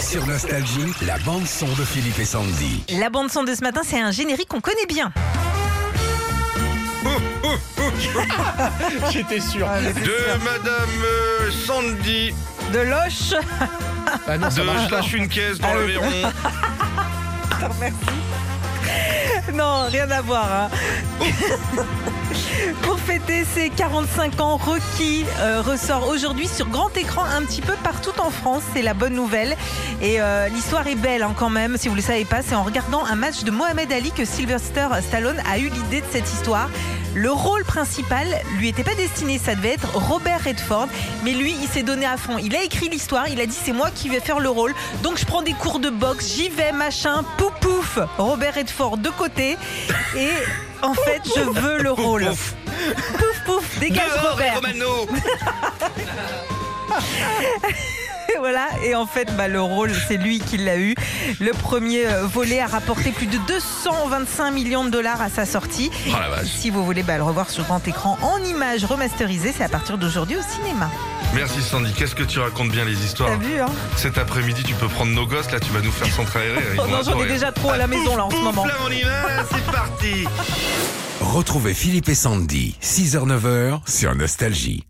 Sur Nostalgie, la bande-son de Philippe et Sandy. La bande son de ce matin, c'est un générique qu'on connaît bien. J'étais sûr. De Madame euh, Sandy, De Loche. Ah non, ça de marche Je hein lâche une caisse Ah dans le Véron. Non, rien à voir. hein. Pour fêter ses 45 ans, Rocky euh, ressort aujourd'hui sur grand écran un petit peu partout en France. C'est la bonne nouvelle. Et euh, l'histoire est belle hein, quand même. Si vous ne le savez pas, c'est en regardant un match de Mohamed Ali que Sylvester Stallone a eu l'idée de cette histoire. Le rôle principal lui était pas destiné, ça devait être Robert Redford, mais lui il s'est donné à fond. Il a écrit l'histoire, il a dit c'est moi qui vais faire le rôle, donc je prends des cours de boxe, j'y vais, machin, pouf pouf, Robert Redford de côté, et en fait je veux le rôle. Pouf pouf, dégage Dehors, Robert. Romano Et voilà, et en fait, bah, le rôle, c'est lui qui l'a eu. Le premier euh, volet a rapporté plus de 225 millions de dollars à sa sortie. Oh la vache. Si vous voulez bah, le revoir sur grand écran en images remasterisées, c'est à partir d'aujourd'hui au cinéma. Merci Sandy, qu'est-ce que tu racontes bien les histoires T'as vu, hein Cet après-midi, tu peux prendre nos gosses, là, tu vas nous faire s'entraîner. Ils Oh vont non, j'en ai adorer. déjà trop à la Ah, maison, là, en ce pouf, moment. Là, on y va, c'est parti Retrouvez Philippe et Sandy, 6h-9h sur Nostalgie.